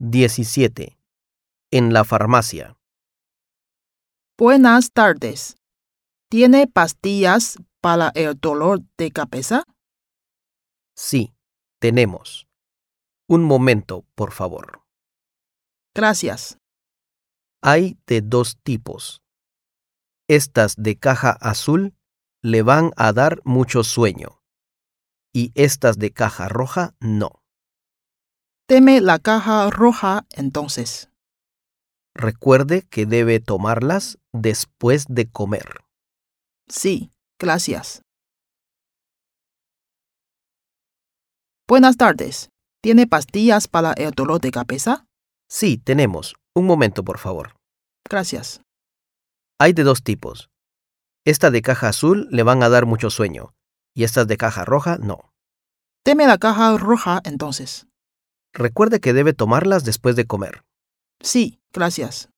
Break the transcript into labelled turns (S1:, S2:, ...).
S1: 17. En la farmacia.
S2: Buenas tardes. ¿Tiene pastillas para el dolor de cabeza?
S1: Sí, tenemos. Un momento, por favor.
S2: Gracias.
S1: Hay de dos tipos. Estas de caja azul le van a dar mucho sueño. Y estas de caja roja no.
S2: Deme la caja roja entonces.
S1: Recuerde que debe tomarlas después de comer.
S2: Sí, gracias. Buenas tardes. ¿Tiene pastillas para el dolor de cabeza?
S1: Sí, tenemos. Un momento, por favor.
S2: Gracias.
S1: Hay de dos tipos. Esta de caja azul le van a dar mucho sueño y estas de caja roja no.
S2: Deme la caja roja entonces.
S1: Recuerde que debe tomarlas después de comer.
S2: Sí, gracias.